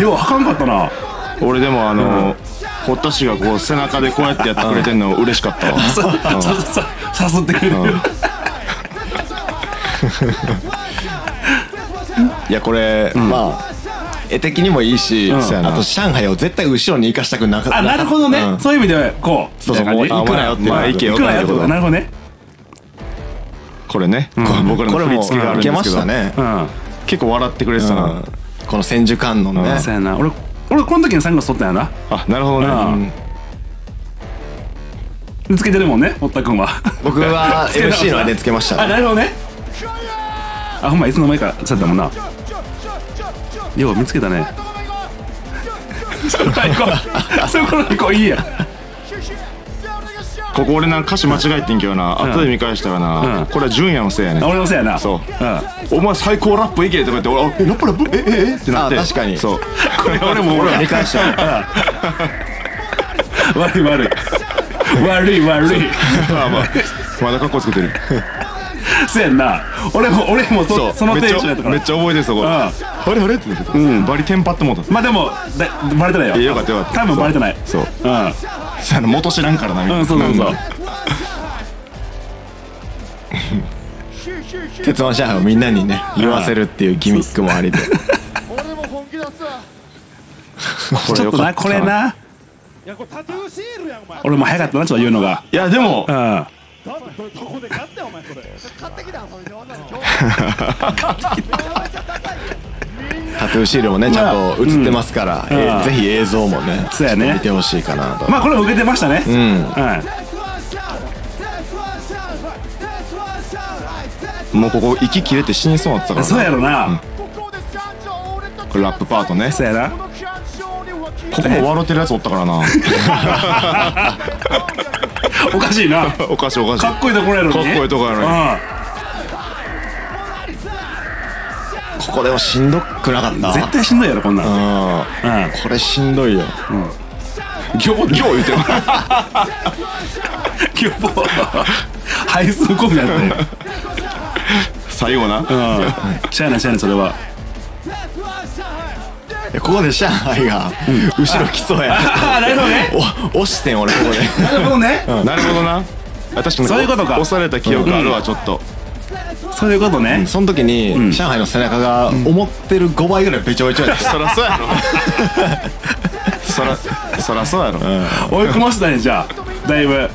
Speaker 2: ようあかんかったな
Speaker 1: 俺でもあの堀田氏がこう背中でこうやってやってくれてんの嬉しかったわ
Speaker 2: ささささすってくれる
Speaker 3: いやこれまあ絵的にもいいし
Speaker 2: ん
Speaker 3: そうやなあと上海を絶対後ろに生かしたくなかった
Speaker 2: あなるほどね、
Speaker 3: うん
Speaker 2: そういう意味ではこう
Speaker 3: そうそうもう行くなよっていう
Speaker 1: まあ行けよ
Speaker 2: いくらやってこと
Speaker 1: う
Speaker 2: だ
Speaker 1: ん
Speaker 2: なるほどね
Speaker 1: これね、こ僕ら
Speaker 3: こ
Speaker 1: の振
Speaker 3: れ
Speaker 1: り
Speaker 3: も
Speaker 1: 付けがある
Speaker 3: い
Speaker 1: んで
Speaker 3: け
Speaker 1: す
Speaker 3: ま
Speaker 1: け
Speaker 3: し
Speaker 1: ど
Speaker 3: たね
Speaker 2: うん
Speaker 1: 結構笑ってくれてたな、
Speaker 3: うんこの千手観音ね
Speaker 2: そうやな俺俺この時にサングラス取ったんやな
Speaker 1: あなるほどね、
Speaker 2: うんつけてるもんね堀田君は
Speaker 3: 僕は
Speaker 2: けなかった
Speaker 3: MC の間につけました
Speaker 2: あ
Speaker 3: ね
Speaker 2: なるほどねあほんまいつの間にかそうやったもん なよう見つけたねそこら行こうそこら行こういいや
Speaker 1: ここ俺な歌詞間違えて んけどな、後で見返したらな、
Speaker 2: うん
Speaker 1: これは純也のせいやね
Speaker 2: あ俺のせいやな
Speaker 1: そう
Speaker 2: うん
Speaker 1: お前最高ラップいけとか言って俺あえラップラップええええってなって
Speaker 3: あ確かに
Speaker 1: そう
Speaker 2: これ俺も俺は
Speaker 3: 見 返したね
Speaker 2: 悪い悪い悪い悪い
Speaker 1: まあまあまだ格好つけてる
Speaker 2: そうやんな俺も俺も
Speaker 1: そ
Speaker 2: そうその
Speaker 1: めっ
Speaker 2: テ
Speaker 1: ちゃ
Speaker 2: ンションやったか
Speaker 1: め
Speaker 2: ら
Speaker 1: っちゃ覚えてるそこ
Speaker 2: ん
Speaker 1: あれあれってなってたバリテンパってもうた
Speaker 2: まあでもだバレてないよ
Speaker 1: えよかったよかった
Speaker 2: 多分バレてない
Speaker 1: そう
Speaker 2: うん
Speaker 1: そうやな元知らんからな
Speaker 2: うんそうそうそう
Speaker 3: 鉄腕上海をみんなにね言わせるっていうギミックもありで
Speaker 5: 俺も本気出すわ
Speaker 1: これ
Speaker 2: ちょ
Speaker 1: よ
Speaker 2: っと
Speaker 1: か
Speaker 2: な
Speaker 1: った
Speaker 2: これない
Speaker 4: やこれタトゥーシールやんお前
Speaker 2: 俺も早かったなちょっと言うのが
Speaker 1: いやでも
Speaker 2: うん
Speaker 4: なんでどどこで買ったよお前それ
Speaker 5: 買ってきたんそれでわかる
Speaker 3: タトゥーシールもねちゃんと映ってますから、えー
Speaker 2: うん
Speaker 3: ぜひ映像もね
Speaker 2: そうやね
Speaker 3: 見てほしいかなと、
Speaker 2: まあこれも受けてましたね
Speaker 3: う
Speaker 2: うん
Speaker 3: ん
Speaker 1: もうここ息切れて死にそうになってたからな
Speaker 2: そうやろな
Speaker 1: これラップパートね
Speaker 2: そうやな
Speaker 1: ここも笑ってるやつおったから な
Speaker 2: おかしいな
Speaker 1: おかしいおかしい
Speaker 2: かっこいいところやろにね
Speaker 1: かっこいいとこやのに
Speaker 2: う
Speaker 3: ここでもしんどくなかった
Speaker 2: ん絶対しんどいやろこんなんうん
Speaker 3: うんこれしんどいよ
Speaker 1: ギョギョ言うてる
Speaker 2: キュー ポ配数込みなんで
Speaker 1: 最後な、
Speaker 2: うんしゃあないしゃあないそれはい
Speaker 3: やここで上海が後ろ来そうや
Speaker 2: ああなるほどね
Speaker 3: お押してん俺ここで
Speaker 2: なるほどね
Speaker 1: なるほどなあ確かに
Speaker 2: そういうことか
Speaker 1: 押された記憶あるわ、ちょっと
Speaker 2: そういうことね
Speaker 3: その時に、上海の背中が思ってる5倍ぐらいべちょべちょやった
Speaker 1: そらそうやろそらそらそうやろ、
Speaker 2: 追い込ませたねじゃあだいぶ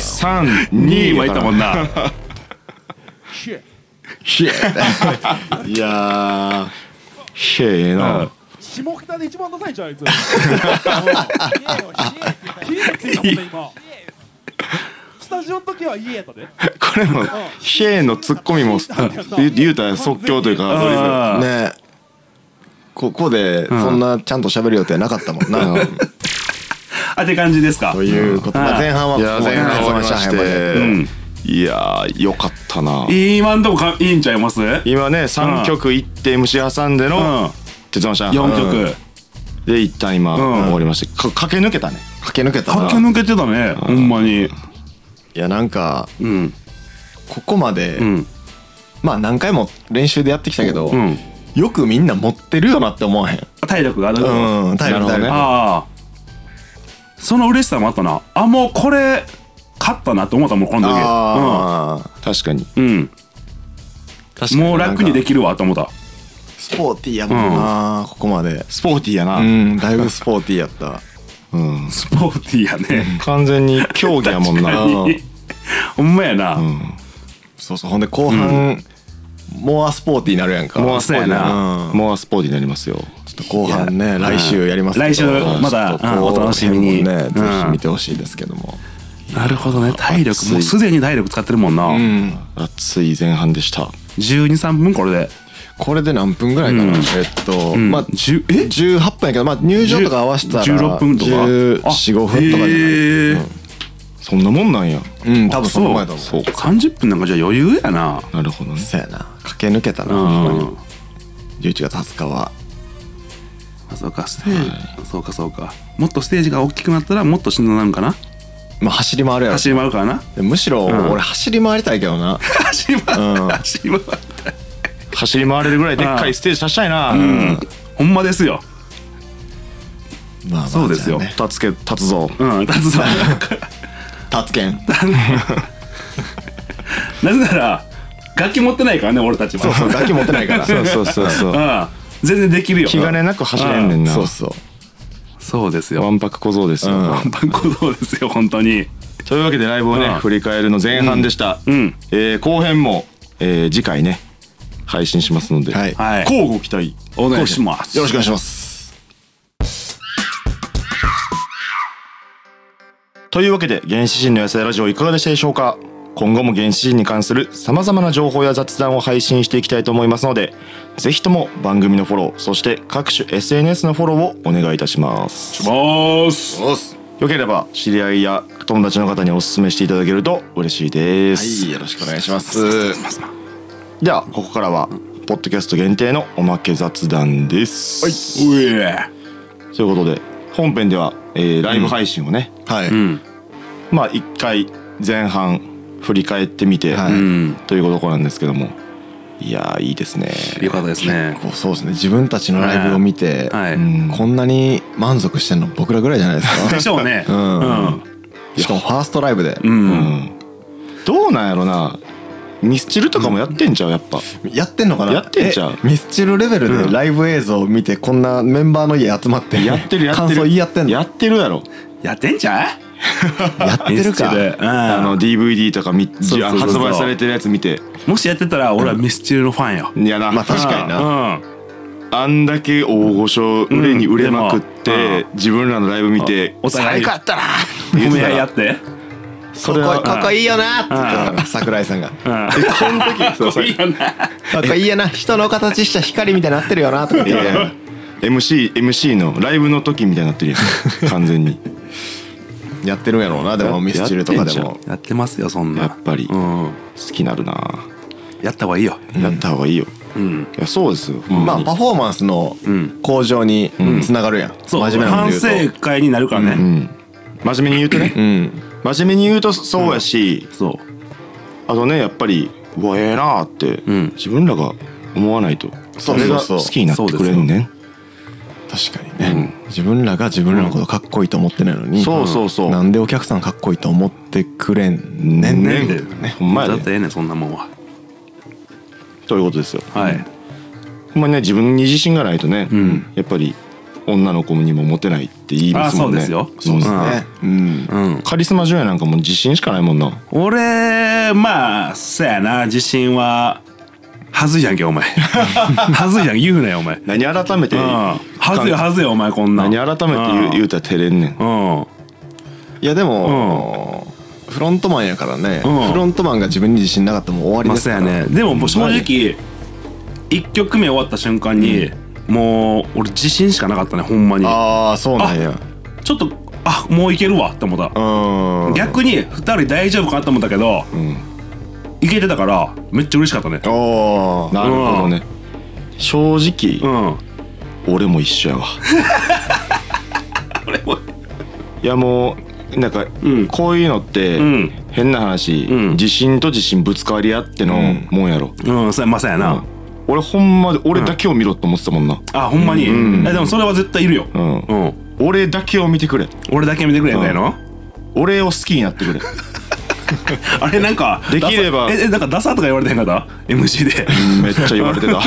Speaker 1: 三
Speaker 2: 2
Speaker 1: 二
Speaker 2: 位もいたもん
Speaker 1: な
Speaker 2: な
Speaker 3: ヒエーっていやー
Speaker 1: へえな、
Speaker 4: 下北で一番ダサいんじ ゃんあいつうん冷えよ冷え冷えって言ったもんね今スタジオの時は家やったで
Speaker 1: これ もへえのツッコミも言う言うたら即興というかドリブ
Speaker 2: あ
Speaker 3: ねここでそんなちゃんと喋る予定なかったもんな、
Speaker 2: あって感じですか
Speaker 3: ということ、まあ、前半はこ
Speaker 1: い
Speaker 3: こ
Speaker 1: や
Speaker 3: まで
Speaker 1: 前半終わりまし
Speaker 3: 上海まで
Speaker 1: て、
Speaker 2: うん
Speaker 1: いやーよかったな
Speaker 2: 今んとこかいいんちゃいますうん
Speaker 1: 今ね3曲いって MC 挟んでの
Speaker 2: 4
Speaker 1: 「鉄腕シャン
Speaker 2: 曲
Speaker 1: で一旦今、
Speaker 2: ん
Speaker 1: 終わりましてか駆け抜けたね
Speaker 3: 駆け抜けたな
Speaker 2: 駆け抜けてたねほんまに
Speaker 3: いやなんか
Speaker 2: うん
Speaker 3: ここまで、
Speaker 2: うん
Speaker 3: まあ何回も練習でやってきたけど、
Speaker 2: うん
Speaker 3: よくみんな持ってるよなって思わへん
Speaker 2: 体力がある
Speaker 3: うん
Speaker 1: なるほ
Speaker 3: 体力
Speaker 1: どね
Speaker 3: 体力
Speaker 2: ああその嬉しさもあったなあもうこれ勝ったなって思ったもんこの時
Speaker 3: ああ、
Speaker 1: 確かに
Speaker 2: うんうん
Speaker 3: 確かに
Speaker 2: もう楽にできるわと思った
Speaker 3: スポーティーやもんな、ここまで
Speaker 1: スポーティーやな、
Speaker 3: うんだいぶスポーティーやったわ
Speaker 1: うん、
Speaker 2: スポーティーやね。
Speaker 1: 完全に競技やもん な
Speaker 3: うん
Speaker 2: ほんまやな。
Speaker 3: そうそうほんで後半、モアスポーティーになるやんか
Speaker 1: モアスポーティー
Speaker 3: う
Speaker 1: なんモアスポーティーになりますよ
Speaker 3: 後半
Speaker 2: いや
Speaker 3: ね来週やりますけど
Speaker 2: 来週まだ
Speaker 3: ちょっとこう
Speaker 2: うんお楽しみに
Speaker 3: ねぜ
Speaker 2: うん
Speaker 3: ひ見てほしいですけども
Speaker 2: なるほどね。体力、
Speaker 1: 熱い
Speaker 2: もうすでに体力使ってるもんな。
Speaker 3: うん
Speaker 1: 熱い前半でした
Speaker 2: 12、3分これで。
Speaker 3: これで何分ぐらいかな、
Speaker 2: うん
Speaker 3: えっと、
Speaker 2: うん
Speaker 3: まあ
Speaker 2: 10え
Speaker 3: 18分やけど、まあ、入場とか合わせたら
Speaker 2: 16分とか
Speaker 3: 1415
Speaker 2: あ
Speaker 3: 分とかじゃない、
Speaker 2: へー
Speaker 1: そんなもんなんや
Speaker 3: うん多分その前だと思う
Speaker 1: そうか
Speaker 2: 30分なんかじゃ余裕やな。
Speaker 1: なるほどね
Speaker 3: そうやな駆け抜けたな、
Speaker 2: う
Speaker 3: ほんま
Speaker 2: ん
Speaker 3: に。11月20日は
Speaker 2: あそうか、ステージ、そうかそうか。もっとステージが大きくなったらもっとしんどなるんかな。
Speaker 3: まあ走り回るやろ
Speaker 2: 走り回るからな。
Speaker 3: むしろ
Speaker 2: ん
Speaker 3: 俺走り回りたいけどな
Speaker 2: 走り回る。
Speaker 3: うん
Speaker 2: 走り回る。
Speaker 1: 走り回れるぐらいでっかいステージさしたいな、
Speaker 2: うん。ほんまですよ。
Speaker 3: まあまあ
Speaker 2: そうですよ
Speaker 3: じゃ
Speaker 1: 立つけ立つぞ
Speaker 2: うん、達さん。
Speaker 3: あね立つけん
Speaker 2: なぜなら、楽器持ってないからね、俺たちは。
Speaker 3: そうそう楽器持ってないか ら
Speaker 1: そうそうそうそう
Speaker 2: うん。全然できるよ。
Speaker 1: 気兼ねなく走れんねんな
Speaker 3: そうそう
Speaker 2: そうですよ
Speaker 1: わ。んぱく小僧ですよ、
Speaker 3: うん
Speaker 2: パンパン小僧ですよ、本当に。
Speaker 1: というわけでライブをね、
Speaker 2: うん
Speaker 1: 振り返るの前半でした、
Speaker 2: うん。
Speaker 1: えー後編も、えー次回ね配信しますので、
Speaker 3: はい
Speaker 2: はい。
Speaker 1: 交互期待
Speaker 2: お願いします。
Speaker 3: よろしくお願いします
Speaker 1: というわけで原始人の野菜ラジオいかがでしたでしょうか今後も原始人に関するさまざまな情報や雑談を配信していきたいと思いますのでぜひとも番組のフォローそして各種 SNS のフォローをお願いいたします
Speaker 2: ます。
Speaker 3: おっす
Speaker 1: よければ知り合いや友達の方にお勧めしていただけると嬉しいで
Speaker 3: は
Speaker 1: す、
Speaker 3: いよろしくお願いします
Speaker 1: ではここからはポッドキャスト限定のおまけ雑談です、
Speaker 2: うえ。
Speaker 1: ということで本編では、えーライブ配信をね、
Speaker 3: はい、
Speaker 2: うん。
Speaker 1: まあ1回前半振り返ってみて、
Speaker 3: は
Speaker 2: う
Speaker 3: い
Speaker 2: ん。
Speaker 1: ということなんですけどもいやーいいですね
Speaker 2: よかったですね。
Speaker 3: こうそうですね自分たちのライブを見て、
Speaker 2: はい。
Speaker 1: うん
Speaker 3: こんなに満足してんの僕らぐらいじゃないですか
Speaker 2: でしょうね。
Speaker 3: うん
Speaker 2: うん。
Speaker 3: しかもファーストライブで、
Speaker 2: うん。
Speaker 1: どうなんやろなミスチルとかもやってんちゃうやっぱ
Speaker 3: やってんのかな
Speaker 1: やってんちゃう
Speaker 3: えミスチルレベル
Speaker 2: うん
Speaker 3: でライブ映像を見てこんなメンバーの家集まって
Speaker 1: やってるやってる
Speaker 3: 感想言い合ってんの
Speaker 1: やってるやろ
Speaker 2: やってんじゃん
Speaker 3: やってるか
Speaker 2: うん。
Speaker 1: あ
Speaker 2: あ
Speaker 1: の DVD とかみ
Speaker 2: そうそうそう
Speaker 1: 発売されてるやつ見て
Speaker 2: もしやってたら俺はミスチルのファンよ。
Speaker 1: いやな、
Speaker 3: まあ確かにな
Speaker 2: な。
Speaker 1: あんだけ大御所売れに売れまくって、自分らのライブ見て
Speaker 2: お互い
Speaker 1: 最高やったな
Speaker 2: うん。褒め合いやって。
Speaker 1: それは
Speaker 3: ここここいいよなって言ってたから桜井さんが
Speaker 2: うん。
Speaker 1: この時そうそう
Speaker 2: いいよな。
Speaker 3: ここいいよな人の形した光みたいになってるよなとか言って
Speaker 1: MC, MC のライブの時みたいになってるやん完全に
Speaker 3: やってるんやろうなでもミスチルとかで
Speaker 1: やっ
Speaker 3: も
Speaker 2: やってますよ、そんな。
Speaker 1: やっぱり
Speaker 2: うん。
Speaker 1: 好きなるな、
Speaker 2: やった方がいいよ。
Speaker 1: やった方がいいよ
Speaker 2: うん。
Speaker 1: いやそうですよ、
Speaker 3: まあパフォーマンスの
Speaker 2: ん
Speaker 3: 向上につながるやん、
Speaker 2: そう。
Speaker 3: 真面目なこと
Speaker 2: 反
Speaker 3: 言うと
Speaker 2: 省会になるから
Speaker 1: う
Speaker 2: ね。
Speaker 1: ん、真面目に言うとね、
Speaker 3: うん
Speaker 1: 真面目に言うとそうやし、
Speaker 2: そ
Speaker 1: あとねやっぱりうわええなーって、
Speaker 2: うん
Speaker 1: 自分らが思わないとそ
Speaker 3: そ
Speaker 1: うれ
Speaker 3: そう
Speaker 1: が
Speaker 3: そう
Speaker 1: 好きになってくれんねん
Speaker 3: 確かにね、自分らが自分らのことかっこいいと思ってないのに、
Speaker 1: そうそうそう
Speaker 3: なんでお客さんかっこいいと思ってくれんねん
Speaker 2: う。
Speaker 1: ね
Speaker 2: ん
Speaker 1: ん
Speaker 2: で
Speaker 1: ねほんまやで
Speaker 2: だってええねん、そんなもんは。
Speaker 1: ということですよ
Speaker 2: はい。
Speaker 1: ほんまね自分に自信がないとね、
Speaker 2: ん
Speaker 1: やっぱり女の子にもモテないって言いますもんね
Speaker 2: あそうですよ
Speaker 1: ん
Speaker 2: そうです
Speaker 3: ねうん
Speaker 2: うん。
Speaker 1: カリスマ女優なんかもう自信しかないもんな
Speaker 2: 俺、まあ、そやな、自信は、はずいやんけ、 お前。はずいやんけ、言うなよ、お前。うん。
Speaker 1: 何改めて
Speaker 2: はずいはずい、お前、こんなん。
Speaker 1: 何改めて言う言うたら照れんねん
Speaker 2: うん。
Speaker 3: いやでも、フロントマンやからね、
Speaker 2: うん
Speaker 3: フロントマンが自分に自信なかったらもう終わり
Speaker 2: まあ、
Speaker 3: です
Speaker 2: そ
Speaker 3: から
Speaker 2: やね。でも、もう正
Speaker 3: はい
Speaker 2: 直、一曲目終わった瞬間に、もう、俺、自信しかなかったね、ほんまに。
Speaker 3: ああそうなんや
Speaker 2: ちょっと、あ、もういけるわ、って思った。
Speaker 3: うん
Speaker 2: 逆に2人大丈夫かなと思ったけど、いけてたからめっちゃ嬉しかったね
Speaker 3: おー
Speaker 1: なるほどね正
Speaker 2: う
Speaker 1: 直、
Speaker 2: ん
Speaker 1: 俺も一 緒やわ
Speaker 2: 俺も
Speaker 1: いやもうなんか、
Speaker 2: うん
Speaker 1: こういうのって、
Speaker 2: うん
Speaker 1: 変な話、
Speaker 2: うん
Speaker 1: 自信と自信ぶつかり合ってのもんやろ、
Speaker 2: うんそれまさやな、
Speaker 1: 俺ほんまで俺だけを見ろって思ってたもんな、
Speaker 2: あほんまに、えでもそれは絶対いるよ
Speaker 1: うん
Speaker 2: うん
Speaker 1: 俺だけを見てくれ
Speaker 2: 俺だけ見てくれみたいな、
Speaker 1: 俺を好きになってくれ
Speaker 2: あれなんか
Speaker 1: できれば
Speaker 2: ダサええなんかダサとか言われてへんかった MC で
Speaker 1: めっちゃ言われてた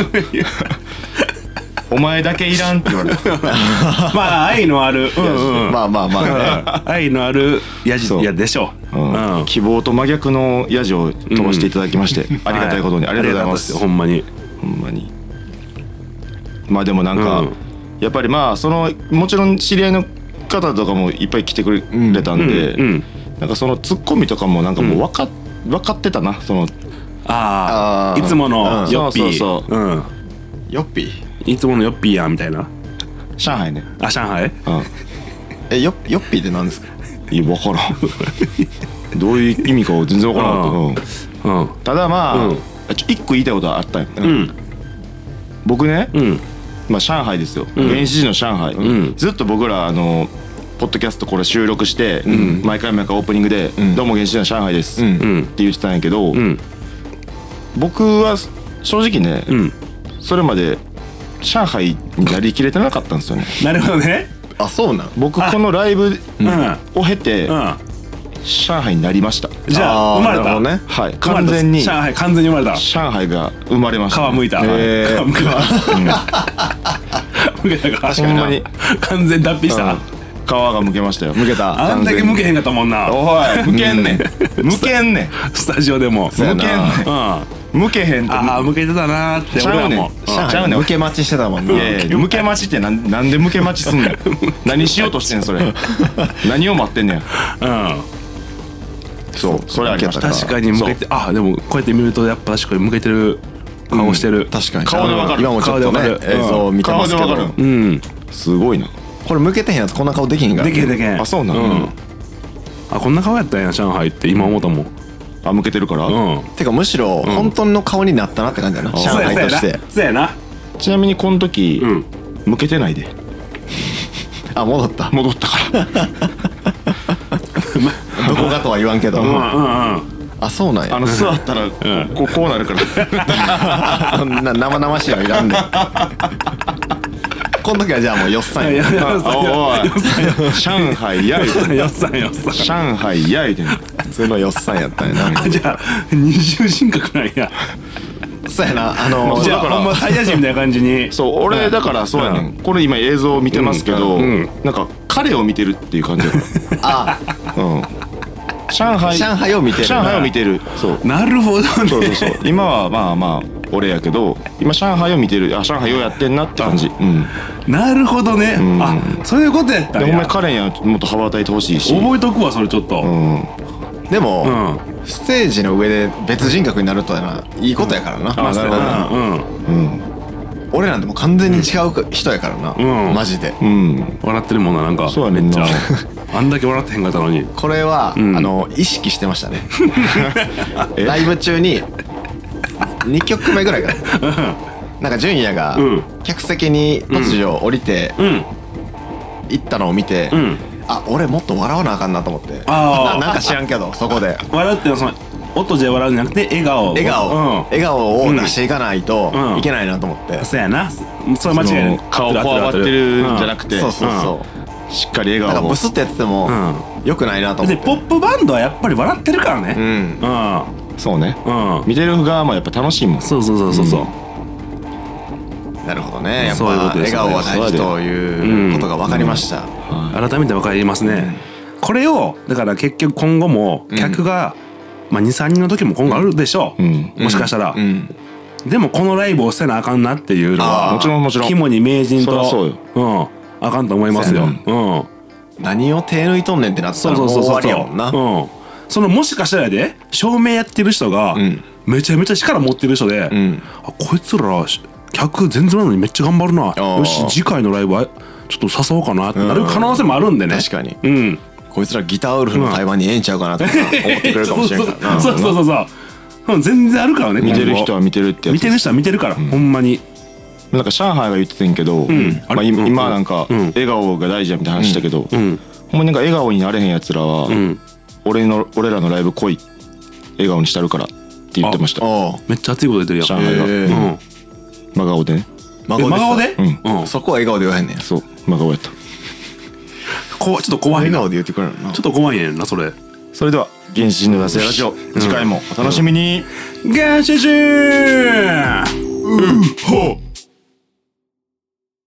Speaker 1: お前だけいらんって言われた
Speaker 2: まあ愛のあるうんうん
Speaker 3: まあまあまあね
Speaker 2: 愛のあるやじ
Speaker 1: そう
Speaker 2: いやでしょう、う
Speaker 1: うん希望と真逆のヤジを飛ばしていただきまして、ありがたいことに、
Speaker 2: は
Speaker 1: ありがとうございます
Speaker 2: ありがたかったでほんまに
Speaker 1: ほんまにまあでもなんか、
Speaker 2: うん
Speaker 1: やっぱりまあそのもちろん知り合いの方とかもいっぱい来てくれたんで、
Speaker 2: うんうん
Speaker 1: なんかそのツッコミとかもなんかもう分か,、分かってたなその
Speaker 2: あ
Speaker 3: あ
Speaker 2: あ
Speaker 3: ー
Speaker 2: いつも
Speaker 1: う
Speaker 2: の
Speaker 1: ん
Speaker 2: ヨッピー
Speaker 1: そうそうそ
Speaker 2: うん
Speaker 3: よっぴー
Speaker 2: いつものヨッピーやんみたいな
Speaker 1: 上海ね
Speaker 2: あ上海
Speaker 1: うん
Speaker 3: えよよっぴーって何ですか
Speaker 1: いや分から んどういう意味か全然分からん
Speaker 2: うん
Speaker 1: うん
Speaker 2: うん
Speaker 1: ただまあ、
Speaker 2: うん
Speaker 1: あちょ一個言いたいことあったんよ、
Speaker 2: うん
Speaker 1: 僕ね、
Speaker 2: うん
Speaker 1: まあ、上海ですよ、
Speaker 2: ん
Speaker 1: 原始人の上海、
Speaker 2: うん
Speaker 1: ずっと僕らあのポッドキャストこれ収録して、毎回毎回オープニングで「
Speaker 3: ん
Speaker 1: どうも原始人の上海です」
Speaker 3: うん
Speaker 1: って言ってたんやけど、
Speaker 2: うん
Speaker 1: 僕は正直ね、
Speaker 2: うん
Speaker 1: それまで上海になりきれてなかったんですよね
Speaker 2: なるほどね
Speaker 3: あそうなん
Speaker 1: 僕このライブ
Speaker 2: うんうん
Speaker 1: を経て上海になりました、
Speaker 2: じゃあ生まれた
Speaker 3: なるほどね
Speaker 1: はい
Speaker 2: 生ま
Speaker 1: 完
Speaker 2: れた
Speaker 1: 全に
Speaker 2: 上海完全に生まれた
Speaker 1: 上海が生まれました、
Speaker 2: 皮むいた、
Speaker 1: えー
Speaker 2: 皮むいた むけたから
Speaker 1: 確かになほんまに
Speaker 2: 完全脱皮した、
Speaker 1: 皮がむけましたよ
Speaker 3: 向けた
Speaker 2: あんだけ
Speaker 3: 完
Speaker 2: むけへんかったもんな
Speaker 1: おいむけんねんむけんねん
Speaker 2: スタジオでも
Speaker 3: そうや
Speaker 1: むけんね
Speaker 3: な
Speaker 2: うん
Speaker 3: ん
Speaker 2: あ
Speaker 1: むけへんと
Speaker 2: あ向けてたなーって
Speaker 1: ちゃう
Speaker 2: 俺ら
Speaker 1: ねん
Speaker 2: も
Speaker 1: ちゃう
Speaker 3: 全に
Speaker 1: ねん
Speaker 3: 向け待ちしてたも
Speaker 1: い
Speaker 3: ん
Speaker 1: や
Speaker 3: ね
Speaker 1: いや向け待ちってなんなんで向け待ちすんねん何しようとしてんそ れ何を待ってんねん
Speaker 2: うん
Speaker 1: そうそれありました
Speaker 2: 確かに向けてあでもこうやって見るとやっぱ確かに向けてる顔してる、
Speaker 3: 確かに
Speaker 1: 顔でわかる
Speaker 3: 今もちょっと
Speaker 2: 顔で
Speaker 3: ね
Speaker 2: わかる
Speaker 3: 映像を見て
Speaker 1: 顔
Speaker 3: ま
Speaker 1: です
Speaker 3: け
Speaker 1: わか
Speaker 3: ど
Speaker 1: る
Speaker 2: うん
Speaker 1: すごいな
Speaker 3: これ向けてへんやつこんな顔できへんから
Speaker 2: で
Speaker 3: ね
Speaker 2: きへんできへん
Speaker 1: あそうなの
Speaker 2: んあこんな顔やったんや上海って今思ったもん
Speaker 1: あ向けてるから
Speaker 2: うん
Speaker 3: てかむしろ本当の顔になったなって感じだな上海として
Speaker 2: そうやな
Speaker 1: ちなみにこの時
Speaker 2: そうやなうん
Speaker 1: 向けてないで
Speaker 3: あ戻った
Speaker 1: 戻ったから
Speaker 3: どこかとは言わんけど
Speaker 2: うんうんうん
Speaker 3: あそうなんや
Speaker 1: あの座ったらこうこうなるから
Speaker 3: そんな生々しいのいらんね んこの時はじゃあもうよっさん
Speaker 2: い
Speaker 3: や
Speaker 2: やいや
Speaker 1: あおい 上海やいで
Speaker 2: よっさんよ っさん
Speaker 1: 上海やいで
Speaker 3: 普通のよっさんやったんやな
Speaker 2: あじゃあ二重人格なんや
Speaker 3: そうやなあの
Speaker 1: そう
Speaker 2: じ
Speaker 1: だ
Speaker 2: ゃ
Speaker 1: か
Speaker 2: あ
Speaker 1: ら
Speaker 2: ほんまサイヤ人みたいな感じに
Speaker 1: そう俺だからそうやねんこれ今映像を見てますけど
Speaker 2: うんうん
Speaker 1: なんか彼を見てるっていう感じだから
Speaker 3: あ
Speaker 1: うん上海
Speaker 3: 上海を見てる
Speaker 1: 上海を見てるそう
Speaker 2: なるほどね
Speaker 1: そうそうそう今はまあまあ俺やけど今上海を見てるあ上海ようやってんなって感じうん
Speaker 2: なるほどねあそういうことやった
Speaker 1: で
Speaker 2: ん
Speaker 1: お前
Speaker 2: や
Speaker 1: カレンやもっと羽ばたいてほしいし
Speaker 2: 覚えとくわそれちょっと
Speaker 1: うん
Speaker 3: で
Speaker 2: う
Speaker 3: も
Speaker 2: ん
Speaker 3: ステージの上で別人格になるとはないいことやから
Speaker 2: ま
Speaker 3: な
Speaker 2: あ
Speaker 1: な
Speaker 2: そ
Speaker 1: る
Speaker 2: う
Speaker 1: ほど
Speaker 2: やなうん
Speaker 3: 俺なんてもう完全に違う人やからな
Speaker 2: うん
Speaker 3: マジで
Speaker 1: うん
Speaker 2: 笑ってるもんななんか
Speaker 1: そうやね
Speaker 2: め
Speaker 1: ん
Speaker 2: っ
Speaker 1: な
Speaker 2: ちゃあんだけ笑ってへんかったのに
Speaker 3: これはあ
Speaker 2: ん
Speaker 3: の意識してまし たねライブ中に2曲目ぐらいかななんか純也が
Speaker 2: うん
Speaker 3: 客席に突如降りて
Speaker 2: うん
Speaker 3: 行ったのを見て、
Speaker 2: うん
Speaker 3: あ俺もっと笑わなあかんなと思って
Speaker 2: あー
Speaker 3: ななんか知らんけどそこで
Speaker 2: 笑うってのはその音で笑うんじゃなくて笑顔
Speaker 3: 笑顔、
Speaker 2: うん
Speaker 3: 笑顔を出していかないと
Speaker 2: うん
Speaker 3: いけないなと思って、
Speaker 2: そうやなそれは間違いな
Speaker 1: そ
Speaker 2: い
Speaker 1: の顔こわばってるんじゃな
Speaker 2: く
Speaker 1: くて
Speaker 3: そうそうそう、
Speaker 1: しっかり
Speaker 3: なん
Speaker 1: 笑
Speaker 3: か
Speaker 1: 顔を
Speaker 3: ブスってやってても、
Speaker 2: う
Speaker 3: よくないなと思
Speaker 2: で
Speaker 3: って
Speaker 2: ポップバンドはやっぱり笑ってるから
Speaker 3: う
Speaker 2: ね
Speaker 3: ん
Speaker 2: うん
Speaker 1: そうね
Speaker 2: うん
Speaker 1: 見てる側もやっぱ楽しいもん
Speaker 2: そうそうそうそうそう
Speaker 3: なるほどねやっぱ
Speaker 2: そういうことですね
Speaker 3: 笑顔は大事ということが分かりました、
Speaker 2: 改めて分かりますね、これをだから結局今後も客が、まあ、23人の時も今後あるでしょう、
Speaker 1: うん
Speaker 2: もしかしたら、
Speaker 3: うん
Speaker 2: でもこのライブをせなあかんなっていうのは
Speaker 3: あー
Speaker 1: もちろんもちろん
Speaker 2: 肝に名人
Speaker 1: そり
Speaker 2: と
Speaker 1: ゃそうよ
Speaker 2: うん、あかんと思いますよ、、
Speaker 3: そううん何を手抜いとんねんってなった
Speaker 2: そう
Speaker 3: らも
Speaker 2: そう
Speaker 3: う
Speaker 2: そう
Speaker 3: 終
Speaker 2: そ
Speaker 3: わ
Speaker 2: う
Speaker 3: りやもんな
Speaker 2: うん、そのもしかしたらやで照明やってる人が、
Speaker 3: ん
Speaker 2: めちゃめちゃ力持ってる人で、
Speaker 3: ん
Speaker 2: あこいつら客全然なのにめっちゃ頑張るな
Speaker 3: ー
Speaker 2: よし次回のライブはちょっと誘おうかなってなる可能性もあるんでね、
Speaker 3: 確かに
Speaker 2: うん
Speaker 3: こいつらギターウルフの台湾にええんちゃうかなとか思ってくれるかもしれんからな
Speaker 2: そうそうそうそううん全然あるからね
Speaker 1: 見てる人は見てるってや
Speaker 2: 見
Speaker 1: つ
Speaker 2: てる人は見てるから、ほんまに
Speaker 1: なんか上海が言ってたんやけど、
Speaker 2: ん
Speaker 1: ま
Speaker 2: あ
Speaker 1: あ、
Speaker 2: れ
Speaker 1: 今
Speaker 2: うん
Speaker 1: 今なんか
Speaker 2: うん
Speaker 1: 笑顔が大事やみたいな話したけど、
Speaker 2: ん
Speaker 1: ほんまになんか笑顔になれへんやつらは、
Speaker 2: ん
Speaker 1: 俺の俺らのライブ来い笑顔にしたるからって言ってました
Speaker 3: おう
Speaker 2: めっちゃ熱いこと言ってるやん
Speaker 1: 上海が、
Speaker 3: へ
Speaker 2: う
Speaker 3: ー
Speaker 2: ん
Speaker 1: 真顔でね
Speaker 2: え真顔で
Speaker 1: う
Speaker 2: うんん
Speaker 3: そこは笑顔で言わへんねん
Speaker 1: そう真顔やった
Speaker 2: こわちょっと怖い
Speaker 3: 笑
Speaker 2: なちょ
Speaker 3: 顔で言ってくれるのな
Speaker 2: っと怖いねんなそれ
Speaker 1: それでは「原始人の野生ラジオ」次回もお楽しみに、
Speaker 2: ガシャシュー